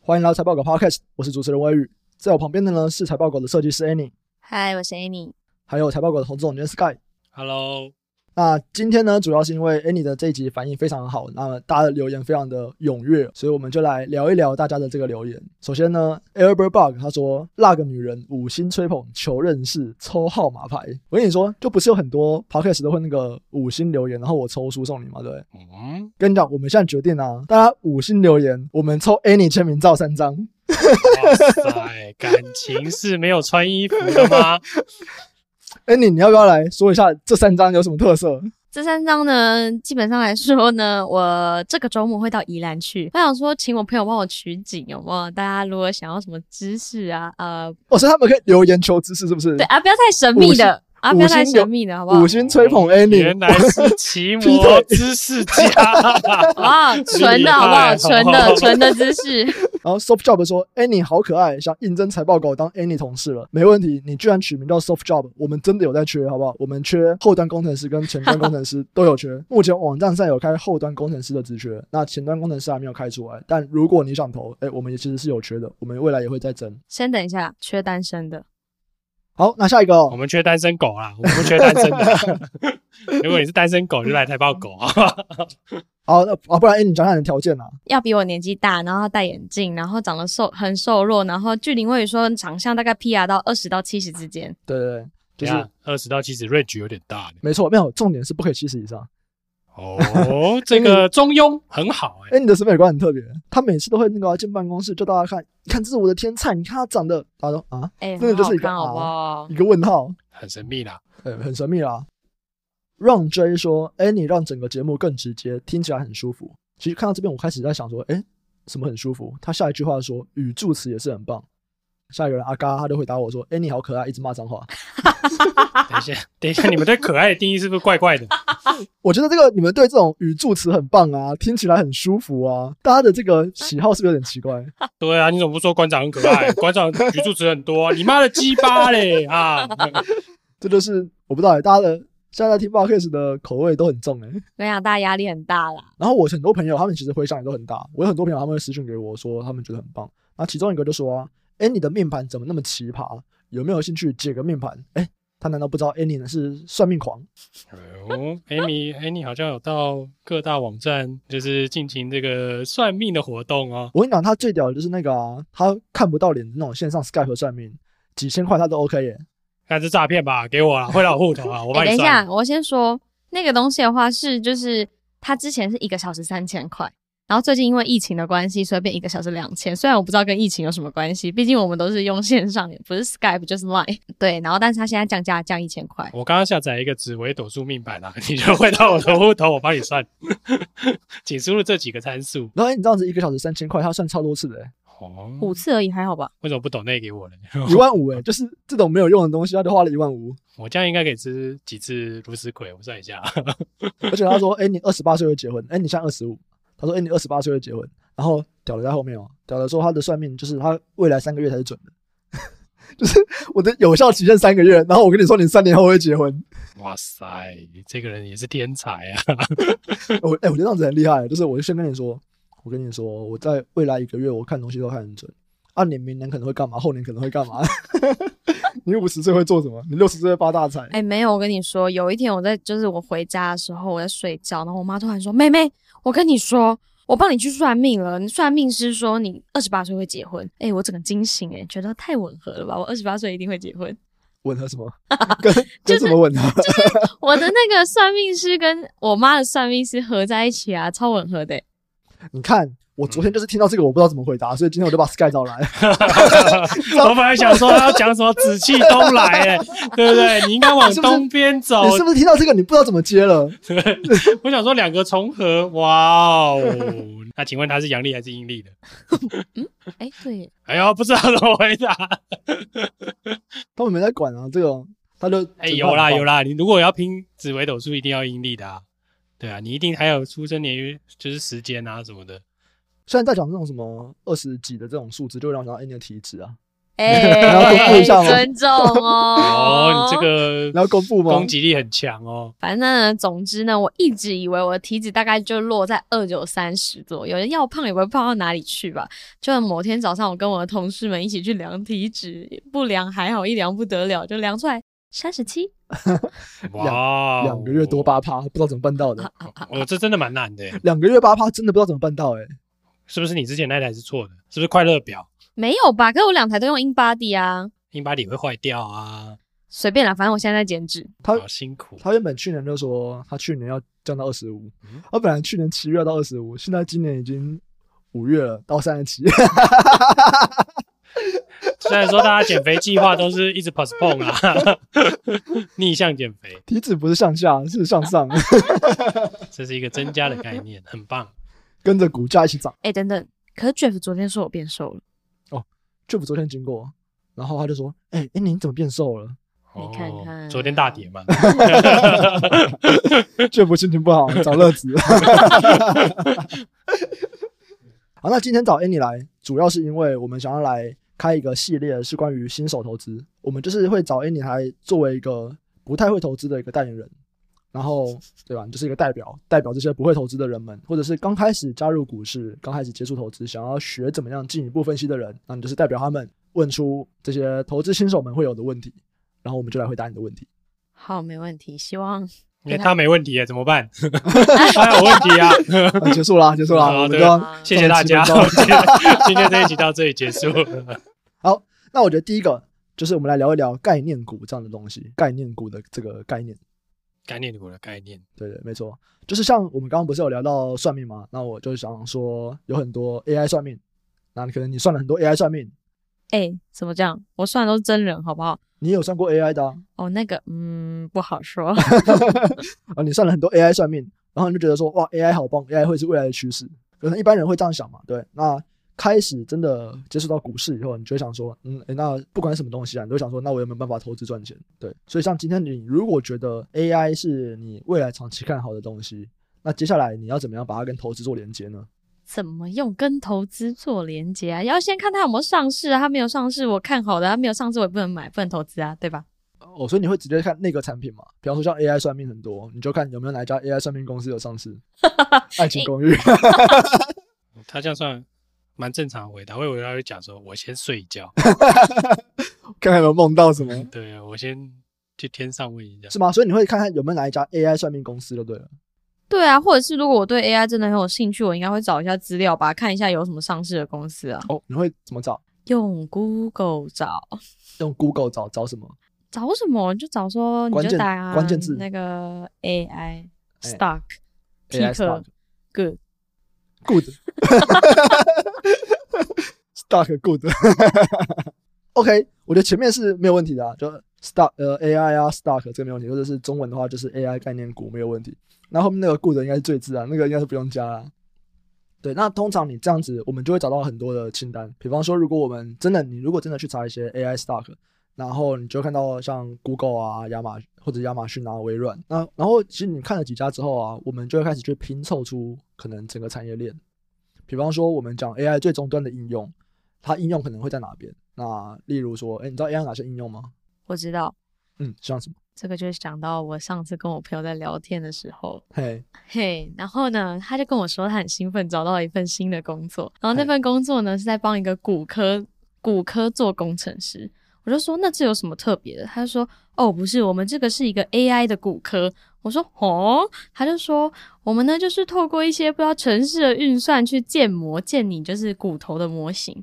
欢迎来到财报狗 Podcast，我是主持人微宇，在我旁边的呢是财报狗的设计师 Annie，嗨，我是 Annie。还有财报狗的投资总监 Sky。 Hello，那今天呢，主要是因为 Annie 的这一集反应非常好，那么大家的留言非常的踊跃，所以我们就来聊一聊大家的这个留言。首先呢，Albert Bug 他说：“那个女人五星吹捧，求认识，抽号码牌。”我跟你说，就不是有很多 podcast 都会那个五星留言，然后我抽书送你嘛，对不对？嗯，跟你讲，我们现在决定啊，大家五星留言，我们抽 Annie 签名照三张。哇塞，感情是没有穿衣服的吗？ Annie，你要不要来说一下这三张有什么特色？这三张呢，基本上来说呢，我这个周末会到宜兰去，我想说请我朋友帮我取景，有没有？大家如果想要什么知识啊，呃，哦，所以他们可以留言求知识，是不是？对啊，不要太神秘的啊，不要太神秘的，好不好嗯五？星吹捧 Annie，嗯原来是骑摩知识家， 哇，纯的好不好？纯的纯的知识， 然后 Soft Job 说 Annie 好可爱，想应征财报狗当 Annie 同事了，没问题。你居然取名叫 Soft Job，我们真的有在缺，好不好？我们缺后端工程师跟前端工程师都有缺。目前网站上有开后端工程师的职缺，那前端工程师还没有开出来。但如果你想投，哎，我们也其实是有缺的，我们未来也会再增。先等一下，缺单身的，好，那下一个、我哦，们缺单身狗啦，我们不缺单身 的。如果你是单身狗，就来台报狗啊！好，那啊，不然 Annie 你讲讲你的条件啊。要比我年纪大，然后戴眼镜，然后长得瘦很瘦弱，然后据林蔚宇说长相大概 PR 到二十到七十之间，对对对，就 就是是二十到七十 range 有点大 呢。没错，没有重点是不可以七十以上。哦，这个中庸很好哎、哎、你的审美观很特别，他每次都会那个啊进办公室叫大家看，你看这是我的天菜，你看他长得，大家都啊哎、真的就是一个很好看，好不好？一个问号，很神秘啦。对，很神秘啦。让 J 说，哎、你让整个节目更直接，听起来很舒服。其实看到这边，我开始在想说，哎、什么很舒服？他下一句话说，语助词也是很棒。下一个人阿嘎，他就回答我说，哎、你好可爱，一直骂脏话。等一下， 等一下，你们对可爱的定义是不是怪怪的？我觉得这个你们对这种语助词很棒啊，听起来很舒服啊，大家的这个喜好是不是有点奇怪？对啊，你怎么不说馆长很可爱？馆长举柱子很多，啊你妈的鸡巴嘞啊！这就是我不知道、欸大家的现在在听 podcast 的口味都很重哎、我跟你讲，大家压力很大啦。然后我很多朋友，他们其实回响也都很大。我有很多朋友，他们会私信给我说，他们觉得很棒。那其中一个就说、啊：“哎，你的命盘怎么那么奇葩？有没有兴趣解个命盘？”哎，他难道不知道 Annie 是算命狂？哦，Amy，Amy 好像有到各大网站，就是进行这个算命的活动哦。我跟你讲，他最屌的就是那个啊，他看不到脸的那种线上 Skype 算命，几千块他都 OK 欸耶。看是诈骗吧，给我啊，汇到我户头啊，我哎、帮等你一算下，。我先说那个东西的话是，就是它之前是一个小时三千块，然后最近因为疫情的关系，所以变一个小时两千。虽然我不知道跟疫情有什么关系，毕竟我们都是用线上，不是 Skype 就是 Line。对，然后但是它现在降价降一千块，我刚刚下载一个紫微斗数命盘啊，你就汇到我的户头，我帮你算。 请输入这几个参数。然后哎，你这样子一个小时三千块，他算超多次的耶，欸哦，五次而已，还好吧？为什么不抖内给我呢？一万五哎，就是这种没有用的东西，他就花了一万五。我这样应该可以吃几次芦丝葵？我算一下啊，而且他说：“哎、你二十八岁会结婚，哎、你现在二十五。”他说：“哎、你二十八岁会结婚。”然后屌的在后面哦，屌的说他的算命就是他未来三个月才是准的， 就是我的有效期限三个月。然后我跟你说，你三年后会结婚。哇塞，这个人也是天才啊！ 我哎、我觉得这样子很厉害，就是我就先跟你说，我跟你说，我在未来一个月我看东西都看很准。啊，你明年可能会干嘛？后年可能会干嘛？ 你五十岁会做什么？你六十岁会发大财？哎、没有，我跟你说，有一天我在就是我回家的时候，我在睡觉，然后我妈突然说：“妹妹，我跟你说，我帮你去算命了。你算命师说你二十八岁会结婚。哎，我整个惊醒、哎，觉得太吻合了吧？我二十八岁一定会结婚。吻合什 么？跟就跟是什么吻合？ 我的那个算命师跟我妈的算命师合在一起啊，超吻合的、哎你看，我昨天就是听到这个，我不知道怎么回答，所以今天我就把 Sky 找来。我本来想说要讲什么紫气东来、欸，对不对？你应该往是不是东边走，你是不是听到这个你不知道怎么接了？我想说两个重合，哇 哦！那请问他是阳历还是阴历的？哎、对 耶，哎呦，不知道怎么 回答。他们没在管啊，这个他就哎，有啦有啦，啦，你如果要拼紫微斗数，一定要阴历的啊。对啊，你一定还有出生年月，就是时间啊什么的。虽然在讲这种什么二十几的这种数字，就会让我想到哎你的体脂啊，要公布哎，一下吗尊重哦。哦，你这个你要公布吗攻击力很强哦。反正呢，总之呢，我一直以为我的体脂大概就落在二九三十左右，要胖也不会胖到哪里去吧。就某天早上，我跟我的同事们一起去量体脂，不量还好，一量不得了，就量出来三十七。哇，两个月多？八趴，不知道怎么办到的。哦，这真的蛮难的耶，两个月八趴，真的不知道怎么办到哎、是不是你之前那台是错的？是不是快乐表没有吧？可是我两台都用 InBody 啊，硬把你会坏掉啊？随便啦，反正我现在在减 脂。他好辛苦。他原本去年就说他去年要降到二十五嗯，他本来去年七月要到二十五，现在今年已经五月了，到三十七。 虽然说大家减肥计划都是一直 postpone 啊， 逆向减肥，体脂不是向下，是向上， 这是一个增加的概 念，很棒。跟着股价一起涨。哎、等等，可是 Jeff 昨天说我变瘦了，就我昨天经过，然后他就说：“哎、哎、你怎么变瘦了你看看哦昨天大跌嘛，？”就不心情不好，找乐子。好，那今天找 Annie 来，主要是因为我们想要来开一个系列，是关于新手投资。我们就是会找 Annie 来作为一个不太会投资的一个代言人，然后对吧？你就是一个代表，代表这些不会投资的人们，或者是刚开始加入股市、刚开始接触投资、想要学怎么样进一步分析的人，那你就是代表他们，问出这些投资新手们会有的问题，然后我们就来回答你的问题。好，没问题。希望因为他没问题耶，怎 么办？他有问题啊！ 啊、结束啦，结束啦，好我们对就要啊谢谢大家，上了今天 今天这一集到这里结束。那我觉得第一个就是我们来聊一聊概念股这样的东西，概念股的这个概念。概念股的概念，对对，没错，就是像我们刚刚不是有聊到算命吗？那我就想说，有很多 AI 算命，那你可能你算了很多 AI 算命，哎、怎么这样？我算的都是真人，好不好？你也有算过 AI 的啊，哦，那个，嗯，不好说。 啊你算了很多 AI 算命，然后你就觉得说，哇，AI 好棒，AI 会是未来的趋势，可能一般人会这样想嘛，对，那。开始真的接触到股市以后，你就会想说，嗯，诶那不管什么东西啊，你都会想说，那我有没有办法投资赚钱？对，所以像今天你如果觉得 AI 是你未来长期看好的东西，那接下来你要怎么样把它跟投资做连接呢？怎么用跟投资做连接啊？要先看它有没有上市啊，它没有上市，我看好的，它没有上市，我也不能买，不能投资啊，对吧？哦，所以你会直接看那个产品嘛？比方说像 AI 算命很多，你就看有没有哪一家 AI 算命公司有上市。爱情公寓， 他这样算蛮正常的回答。我以为他会讲说，我先睡一觉，看看有没有梦到什 么，对啊我先去天上问一下。是吗？所以你会看看有没有哪一家 AI 算命公司就对了。对啊，或者是如果我对 AI 真的很有兴趣，我应该会找一下资料吧，看一下有什么上市的公司啊。哦，你会怎么找？用 Google 找用 Google 找找什么？找什么？就找说你关就键打关键字哎那个 AI stock AI 匹克 stock good Good stock good 。OK，我觉得前面是没有问题的、啊，就 stock 呃 AI 啊 stock 这个没有问题，或者是中文的话就是 AI 概念股没有问题。那后面那个 good 应该是最自然，那个应该是不用加啦。对，那通常你这样子，我们就会找到很多的清单。比方说，如果我们真的，你如果真的去查一些 AI stock，然后你就看到像 Google 啊、亚马或者亚马逊啊、微软，那然后其实你看了几家之后啊，我们就会开始去拼凑出可能整个产业链。比方说，我们讲 AI 最终端的应用，它应用可能会在哪边？那例如说，哎，你知道 AI 有哪些应用吗？我知道嗯，像什么？这个，就想到我上次跟我朋友在聊天的时候，嘿，嘿，然后呢，他就跟我说他很兴奋找到了一份新的工作，然后那嘿份工作呢是在帮一个骨科骨科做工程师。我就说那这有什么特别的？他就说哦不是，我们这个是一个 AI 的骨科。我说哦，他就说我们呢就是透过一些不知道城市的运算去建模，建你就是骨头的模型。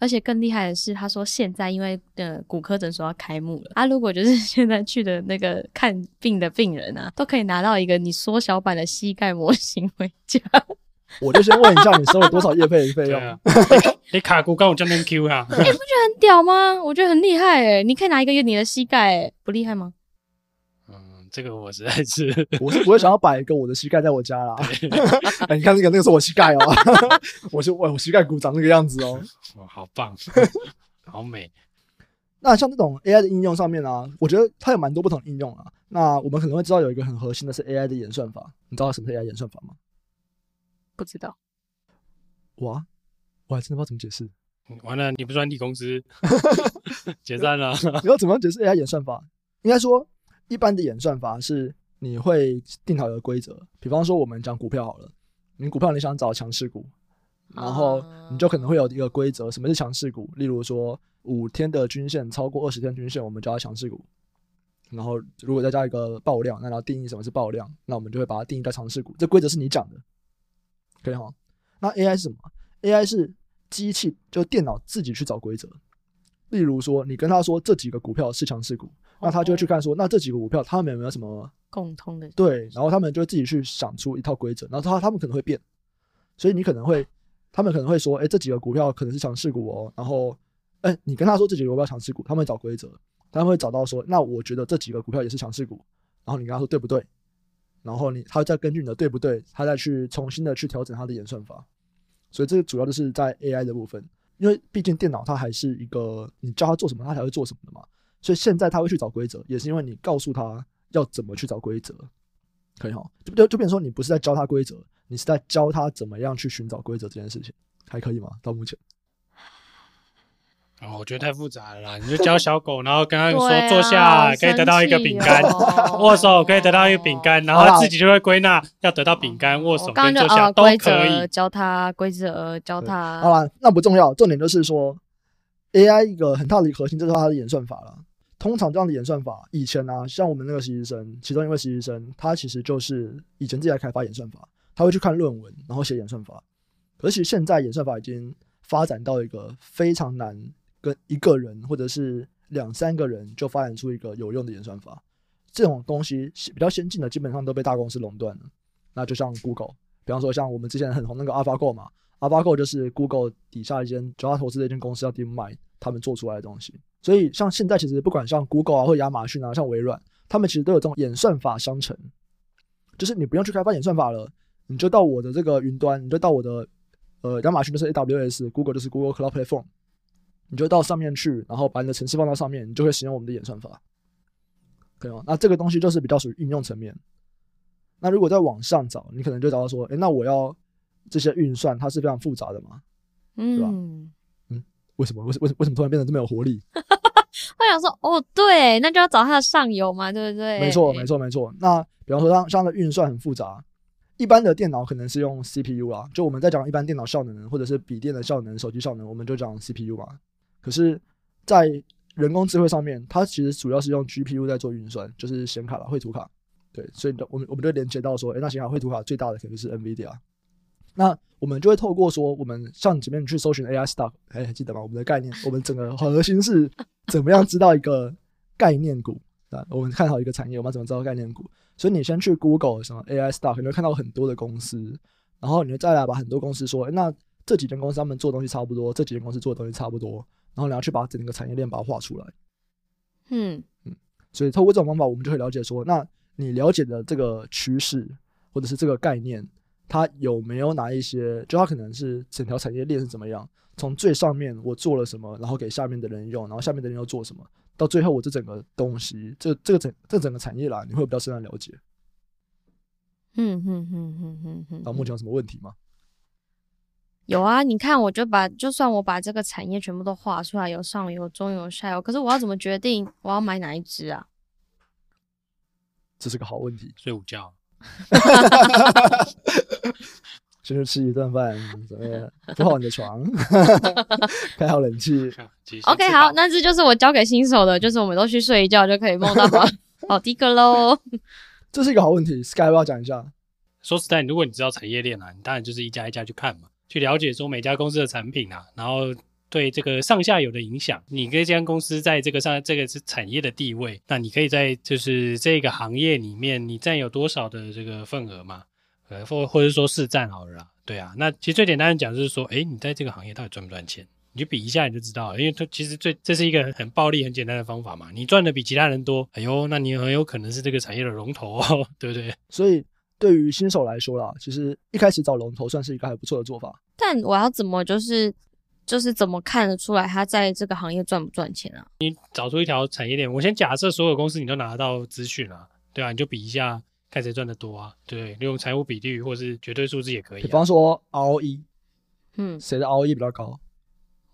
而且更厉害的是，他说现在因为呃骨科诊所要开幕了，啊，如果就是 现在去的那个看病的病人啊，都可以拿到一个你缩小版的膝盖模型回家。 我就先问一下，你收了多少业配的费对用？啊， 你卡骨跟我这边 Q 啊， 很屌吗？我觉得很厉害诶、你可以拿一个你的膝盖、诶不厉害吗？嗯，这个我实在是 我是不会想要摆一个我的膝盖在我家啦。哎，你看那个，那个是我膝盖哦， 我是我我膝盖骨长那个样子哦。哇好棒，好美。那像这种 AI 的应用上面啊，我觉得它有蛮多不同的应用啊。那我们可能会知道有一个很核心的是 AI 的演算法，你知道什么是 AI 演算法吗？不知道。哇，我还真的不知道怎么解释。嗯完了，你不算立 公司，解散了。你要怎么样解释 AI 演算法？应该说，一般的演算法是你会定好一个规则，比方说我们讲股票好了，你股票你想找强势股，然后哦你就可能会有一个规则，什么是强势股？例如说五天的均线超过二十天均线，我们叫它强势股。然后如果再加一个爆量，那然后定义什么是爆量，那我们就会把它定义叫强势股。这规则是你讲的，可以哈？那 AI 是什么？AI 是机器，就电脑自己去找规则。例如说，你跟他说这几个股票是强势股，那他就会去看说，那这几个股票他们有没有什么共通的对，然后他们就会自己去想出一套规则，然后他他们可能会变，所以你可能会，他们可能会说，哎，这几个股票可能是强势股哦，然后，哎，你跟他说这几个股票强势股，他们会找规则，他们会找到说，那我觉得这几个股票也是强势股，然后你跟他说对不对，然后你他再根据你的对不对，他再去重新的去调整他的演算法，所以这个主要就是在 AI 的部分，因为毕竟电脑它还是一个你叫它做什么，它才会做什么的嘛，所以现在它会去找规则，也是因为你告诉它要怎么去找规则，可以哈，就就就变成说你不是在教他规则，你是在教他怎么样去寻找规则这件事情，还可以吗？到目前，哦，我觉得太复杂了啦！你就教小狗，然后跟他说对啊坐下，可以得到一个饼干好生气；哦 握手可以得到一个饼干，然后他自己就会归纳要得到饼干、握手我刚跟刚坐就下啊，都规可以则。教他，规则教他。好啦，那不重要，重点就是说，AI 一个很大的一个核心就是它的演算法了。通常这样的演算法，以前啊，像我们那个实习生，其中一位实习生，他其实就是以前自己来开发演算法，他会去看论文，然后写演算法。可是其实现在演算法已经发展到一个非常难，跟一个人或者是两三个人就发展出一个有用的演算法。这种东西比较先进的，基本上都被大公司垄断了。那就像 Google，比方说像我们之前很红那个 AlphaGo 嘛，AlphaGo 啊就是 Google 底下一间主要投资的一间公司叫 DeepMind，他们做出来的东西。所以像现在其实不管像 Google 啊，或亚马逊啊，像微软，他们其实都有这种演算法商城，就是你不用去开发演算法了，你就到我的这个云端，你就到我的呃亚马逊就是 AWS，Google 就是 Google Cloud Platform，你就到上面去，然后把你的城市放到上面，你就会使用我们的演算法，可以吗？那这个东西就是比较属于应用层面。那如果在网上找，你可能就找到说，诶，那我要这些运算，它是非常复杂的嘛？嗯，为什么？为什为什为什么突然变得这么有活力？我想说，哦，对，那就要找他的上游嘛，对不对？没错，没错。错，没错。那比方说像，像它的运算很复杂，一般的电脑可能是用 CPU 啦，啊就我们在讲一般电脑效能，或者是笔电的效能、手机效能，我们就讲 CPU 嘛。可是，在人工智慧上面，它其实主要是用 GPU 在做运算，就是显卡啦、绘图卡。对，所以我们我们就连接到说，诶，那显卡、绘图卡最大的可能就是 NVIDIA。那我们就会透过说，我们像前面去搜寻 AI stock，哎，还记得吗？我们的概念，我们整个核心是怎么样知道一个概念股啊？我们看好一个产业，我们要怎么知道概念股？所以你先去 Google 什么 AI stock，你会看到很多的公司，然后你再来把很多公司说，哎那这几间公司他们做的东西差不多，这几间公司做的东西差不多，然后你要去把整个产业链把它画出来。嗯，所以透过这种方法，我们就会了解说，那你了解的这个趋势或者是这个概念，它有没有哪一些，就它可能是整条产业链是怎么样，从最上面我做了什么，然后给下面的人用，然后下面的人又做什么，到最后我这整个东西，这这个整这整个产业啦，你会比较深的了解。嗯嗯嗯嗯嗯嗯。到目前有什么问题吗？有啊，你看，我就把就算我把这个产业全部都画出来，有上游、中游、下游，可是我要怎么决定我要买哪一只啊？这是个好问题。睡午觉，先去吃一顿饭，准备铺好你的床， 开好冷气。继续 OK，吃好，吧那这就是我教给新手的，就是我们都去睡一觉就可以梦到好好第一个喽。这是一个好问题，Sky 要不要讲一下？说实在，如果你知道产业链啊，你当然就是一家一家去看嘛，去了解说每家公司的产品啊，然后对这个上下游的影响，你跟这家公司在这个上这个是产业的地位，那你可以在就是这个行业里面你占有多少的这个份额嘛，呃，或或者说市占好了啦，对啊，那其实最简单的讲就是说，诶，你在这个行业到底赚不赚钱？你去比一下你就知道了，因为它其实最这是一个很暴力、很简单的方法嘛。你赚的比其他人多，哎呦，那你很有可能是这个产业的龙头哦， 对不对？所以对于新手来说啦，其实一开始找龙头算是一个还不错的做法。但我要怎么就是就是怎么看得出来他在这个行业赚不赚钱啊？找出一条产业链。我先假设所有公司你都拿到资讯啊，对啊，你就比一下看谁赚的多啊，对不对，利用财务比率或是绝对数字也可以、比啊。方说 ROE，嗯，谁的 ROE E 比较高？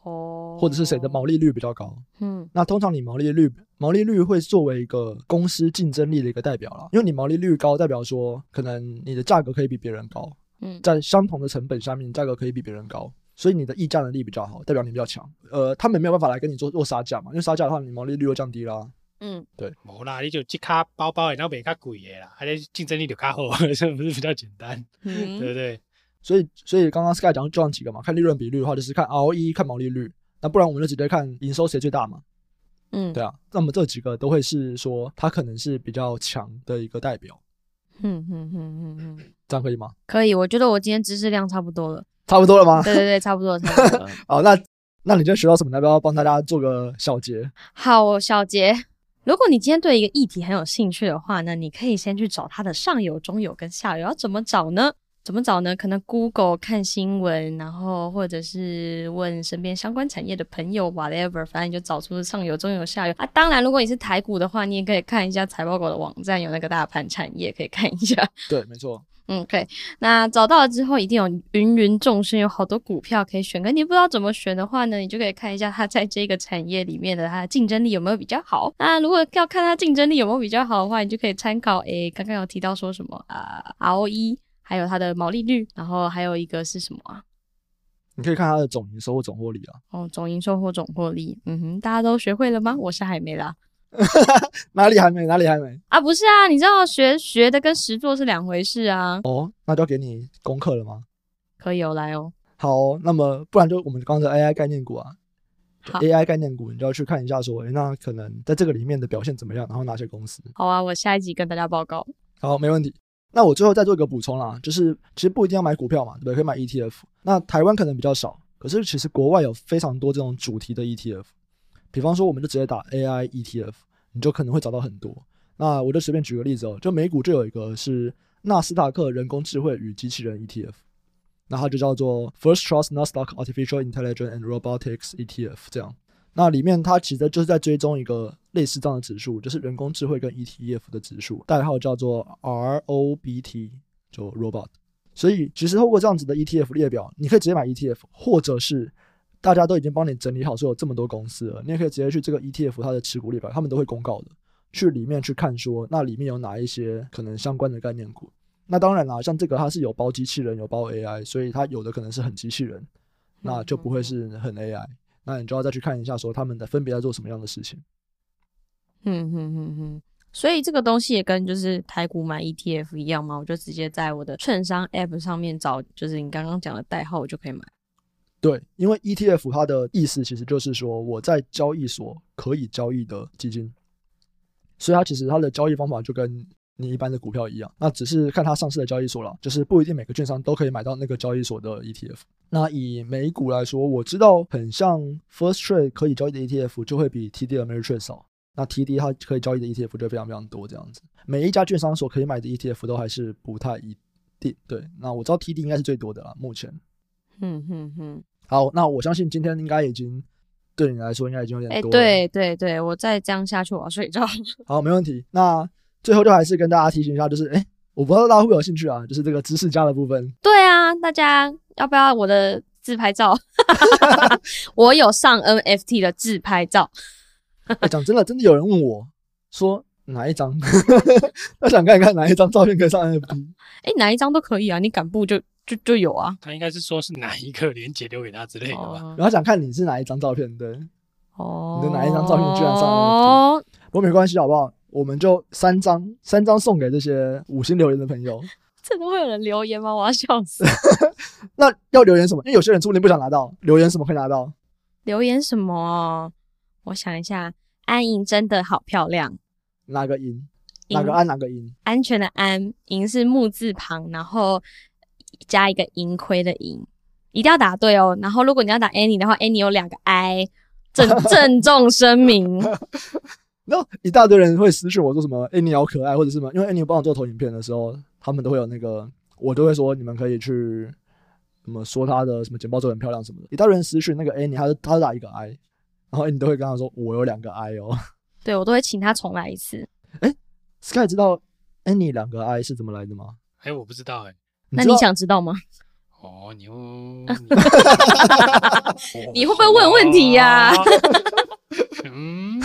哦，或者是谁的毛利率比较高。嗯那通常你毛利率毛利率会作为一个公司竞争力的一个代表啦，因为你毛利率高，代表说可能你的价格可以比别人高，嗯在相同的成本下面，你价格可以比别人高。所以你的议价能力比较好，代表你比较强。呃，他们没有办法来跟你做做杀价嘛，因为杀价的话，你毛利率又降低啦。嗯，无啦，你就即卡包包的，然后袂较贵的啦，还得竞争力就较好，啊 这不是比较简单，嗯对不对？所以，所以刚刚 Sky 讲就讲几个嘛，看利润比率的话，就是看 ROE、看毛利率，那不然我们就直接看营收谁最大嘛。嗯对啊，那么这几个都会是说它可能是比较强的一个代表，嗯嗯嗯嗯嗯，这样可以吗？可以，我觉得我今天知识量差不多了。差不多了吗？对对对，差不多了，差不多了。好，那那你今天学到什么？要不要帮大家做个小结？好，小杰，如果你今天对一个议题很有兴趣的话呢，你可以先去找它的上游、中游跟下游。要怎么找呢？怎么找呢？可能 Google 看新闻，然后或者是问身边相关产业的朋友，whatever，反正你就找出上游、中游、下游啊。当然，如果你是台股的话，你也可以看一下财报狗的网站，有那个大盘产业可以看一下。对，没错，嗯，可以。那找到了之后，一定有芸芸众生，有好多股票可以选。可你不知道怎么选的话呢，你就可以看一下它在这个产业里面的它的竞争力有没有比较好。那如果要看它竞争力有没有比较好的话，你就可以参考诶，刚刚有提到说什么啊、ROE，还有它的毛利率，然后还有一个是什么啊？你可以看它的总营收或总获利啊。哦，总营收或总获利。嗯哼，大家都学会了吗？我是还没啦。哪里还没？哪里还没？啊，不是啊，你知道学学的跟实做是两回事啊。哦，那就要给你功课了吗？可以有来哦。好哦、那么不然就我们刚才的 AI 概念股啊好，AI 概念股，你就要去看一下说，诶那可能在这个里面的表现怎么样，然后哪些公司。好啊，我下一集跟大家报告。好，没问题。那我最后再做一个补充啦，就是其实不一定要买股票嘛，对不对？可以买 ETF。那台湾可能比较少，可是其实国外有非常多这种主题的 ETF。比方说，我们就直接打 AI ETF，你就可能会找到很多。那我就随便举个例子哦，就美股就有一个是纳斯达克人工智慧与机器人 ETF，那它就叫做 First Trust Nasdaq Artificial Intelligence and Robotics ETF 这样。那里面它其实就是在追踪一个类似这样的指数，就是人工智慧跟 E ETF 的指数，代号叫做 ROBT，就 robot。所以其实透过这样子的 ETF 列表，你可以直接买 ETF，或者是大家都已经帮你整理好说有这么多公司了，你也可以直接去这个 ETF 它的持股列表，他们都会公告的，去里面去看说那里面有哪一些可能相关的概念股。那当然啦，像这个它是有包机器人，有包 AI，所以它有的可能是很机器人，那就不会是很 AI。那你就要再去看一下，说他们的分别在做什么样的事情。嗯哼哼哼，所以这个东西也跟就是台股买 ETF 一样嘛，我就直接在我的券商 App 上面找，就是你刚刚讲的代号，我就可以买。对，因为 ETF 它的意思其实就是说我在交易所可以交易的基金，所以它其实它的交易方法就跟你一般的股票一样，那只是看它上市的交易所了，就是不一定每个券商都可以买到那个交易所的 ETF。那以美股来说，我知道很像 First Trade 可以交易的 ETF 就会比 TD Ameritrade 少，那 TD 它可以交易的 ETF 就非常非常多这样子。每一家券商所可以买的 ETF 都还是不太一定。对，那我知道 TD 应该是最多的啦，目前。嗯哼哼，好，那我相信今天应该已经对你来说应该已经有哎、点多了。对对对，我再这样下去我要睡觉。好，没问题。那最后就还是跟大家提醒一下，就是哎、诶我不知道大家会不会有兴趣啊，就是这个知识家的部分。 对啊，大家要不要我的自拍照？ 我有上 NFT 的自拍照，诶哎讲真的，真的有人问我说哪一张， 我想看一看哪一张照片可以上 NFT。哎、哪一张都可以啊，你敢布就就就有啊。他应该是说是哪一个连接留给他之哎类的吧？然后想看你是哪一张照片，对，哦啊你的哪一张照片居然上 NFT 哦，不过没关系，好不好？我们就三张，三张送给这些五星留言的朋友。这都会有人留言吗？我要笑死。那要留言什么？因为有些人说不定不想拿到，留言什么可以拿到？留言什么哦？我想一下，安莹真的好漂亮，哪个赢？赢哪个按哪个赢？安全的安，莹是木字旁，然后加一个盈亏的盈，一定要答对哦。然后如果你要打 Annie 的话，Annie 有两个 I，郑郑重声明。然后一大堆人会私信我说什么“哎、你好可爱”或者是什么，因为哎、你帮我做投影片的时候，他们都会有那个，我都会说你们可以去什么说他的什么简报做得很漂亮什么的。一大堆人私信那个哎、你他是他是打一个 I，然后哎、你都会跟他说我有两个 I 哦。 对我都会请他重来一次。 Sky 哎知道 Annie 两个 I 是怎么来的吗？哎、我不知道哎、那知道你想知道吗？哦牛，你会不会问问题呀哦？ 嗯，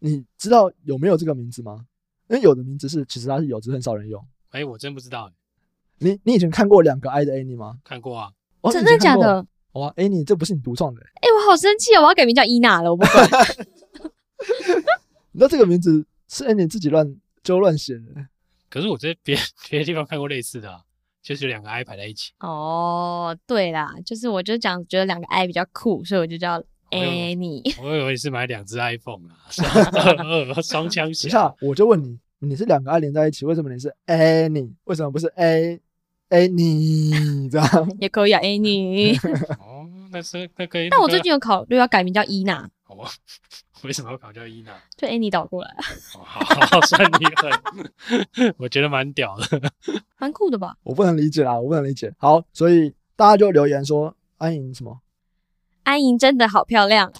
你知道有没有这个名字吗？因为有的名字是其实它是有，只是很少人用。哎，我真不知道，你你以前看过两个 I 的 Annie 吗？看过啊，哦、真你以的前假看过？的？哇，Annie 这不是你独创的、欸，哎、我好生气哦！我要改名叫伊娜了，我不管。你知道这个名字是 Annie 自己乱就乱写的、可是我在别 别的地方看过类似的啊，就是有两个 I 排在一起，哦，对啦，就是我就讲觉得两个 I 比较酷，所以我就叫哎呦 Annie。 我以为是买两只 iPhone 啊， 二二双枪等一侠啊下，我就问你，你是两个 I 连在一起，为什么你是 Annie？为什么不是 A Annie？这样 也可以啊，Annie。哦，那是那可以，但我最那个近有考虑要改名叫伊娜，哦 为什么要搞叫伊娜？就 Annie 倒过来，哦 好，算你狠， 我觉得蛮屌的。蛮酷的吧？我不能理解啊啦，我不能理解。好，所以大家就留言说安莹什么，安莹真的好漂亮，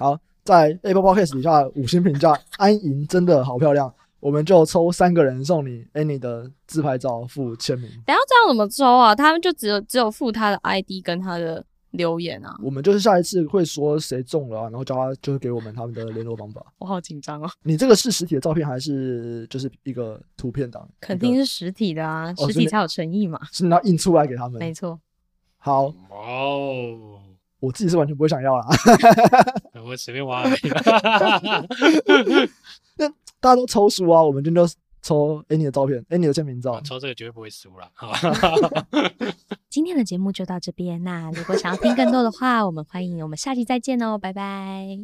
在 Apple Podcast 底下五星评价，安莹真的好漂亮，我们就抽三个人送你 Annie 的自拍照附签名。等一下这样怎么抽啊？他们就只有只有附他的 ID 跟他的留言啊，我们就是下一次会说谁中了、啊，然后叫他就是给我们他们的联络方法。我好紧张哦。你这个是实体的照片还是就是一个图片档？肯定一个是实体的啊，哦实是体那才有诚意嘛。是你要印出来给他没们。错，好，哇哦，我自己是完全不会想要啦。 我随便挖而已。 大家都抽书啊，我们今天就抽 Annie 的照片，Annie 的签名照我。抽这个绝对不会输啦。好今天的节目就到这边。那如果想要听更多的话，我们欢迎我们下期再见哦，拜拜。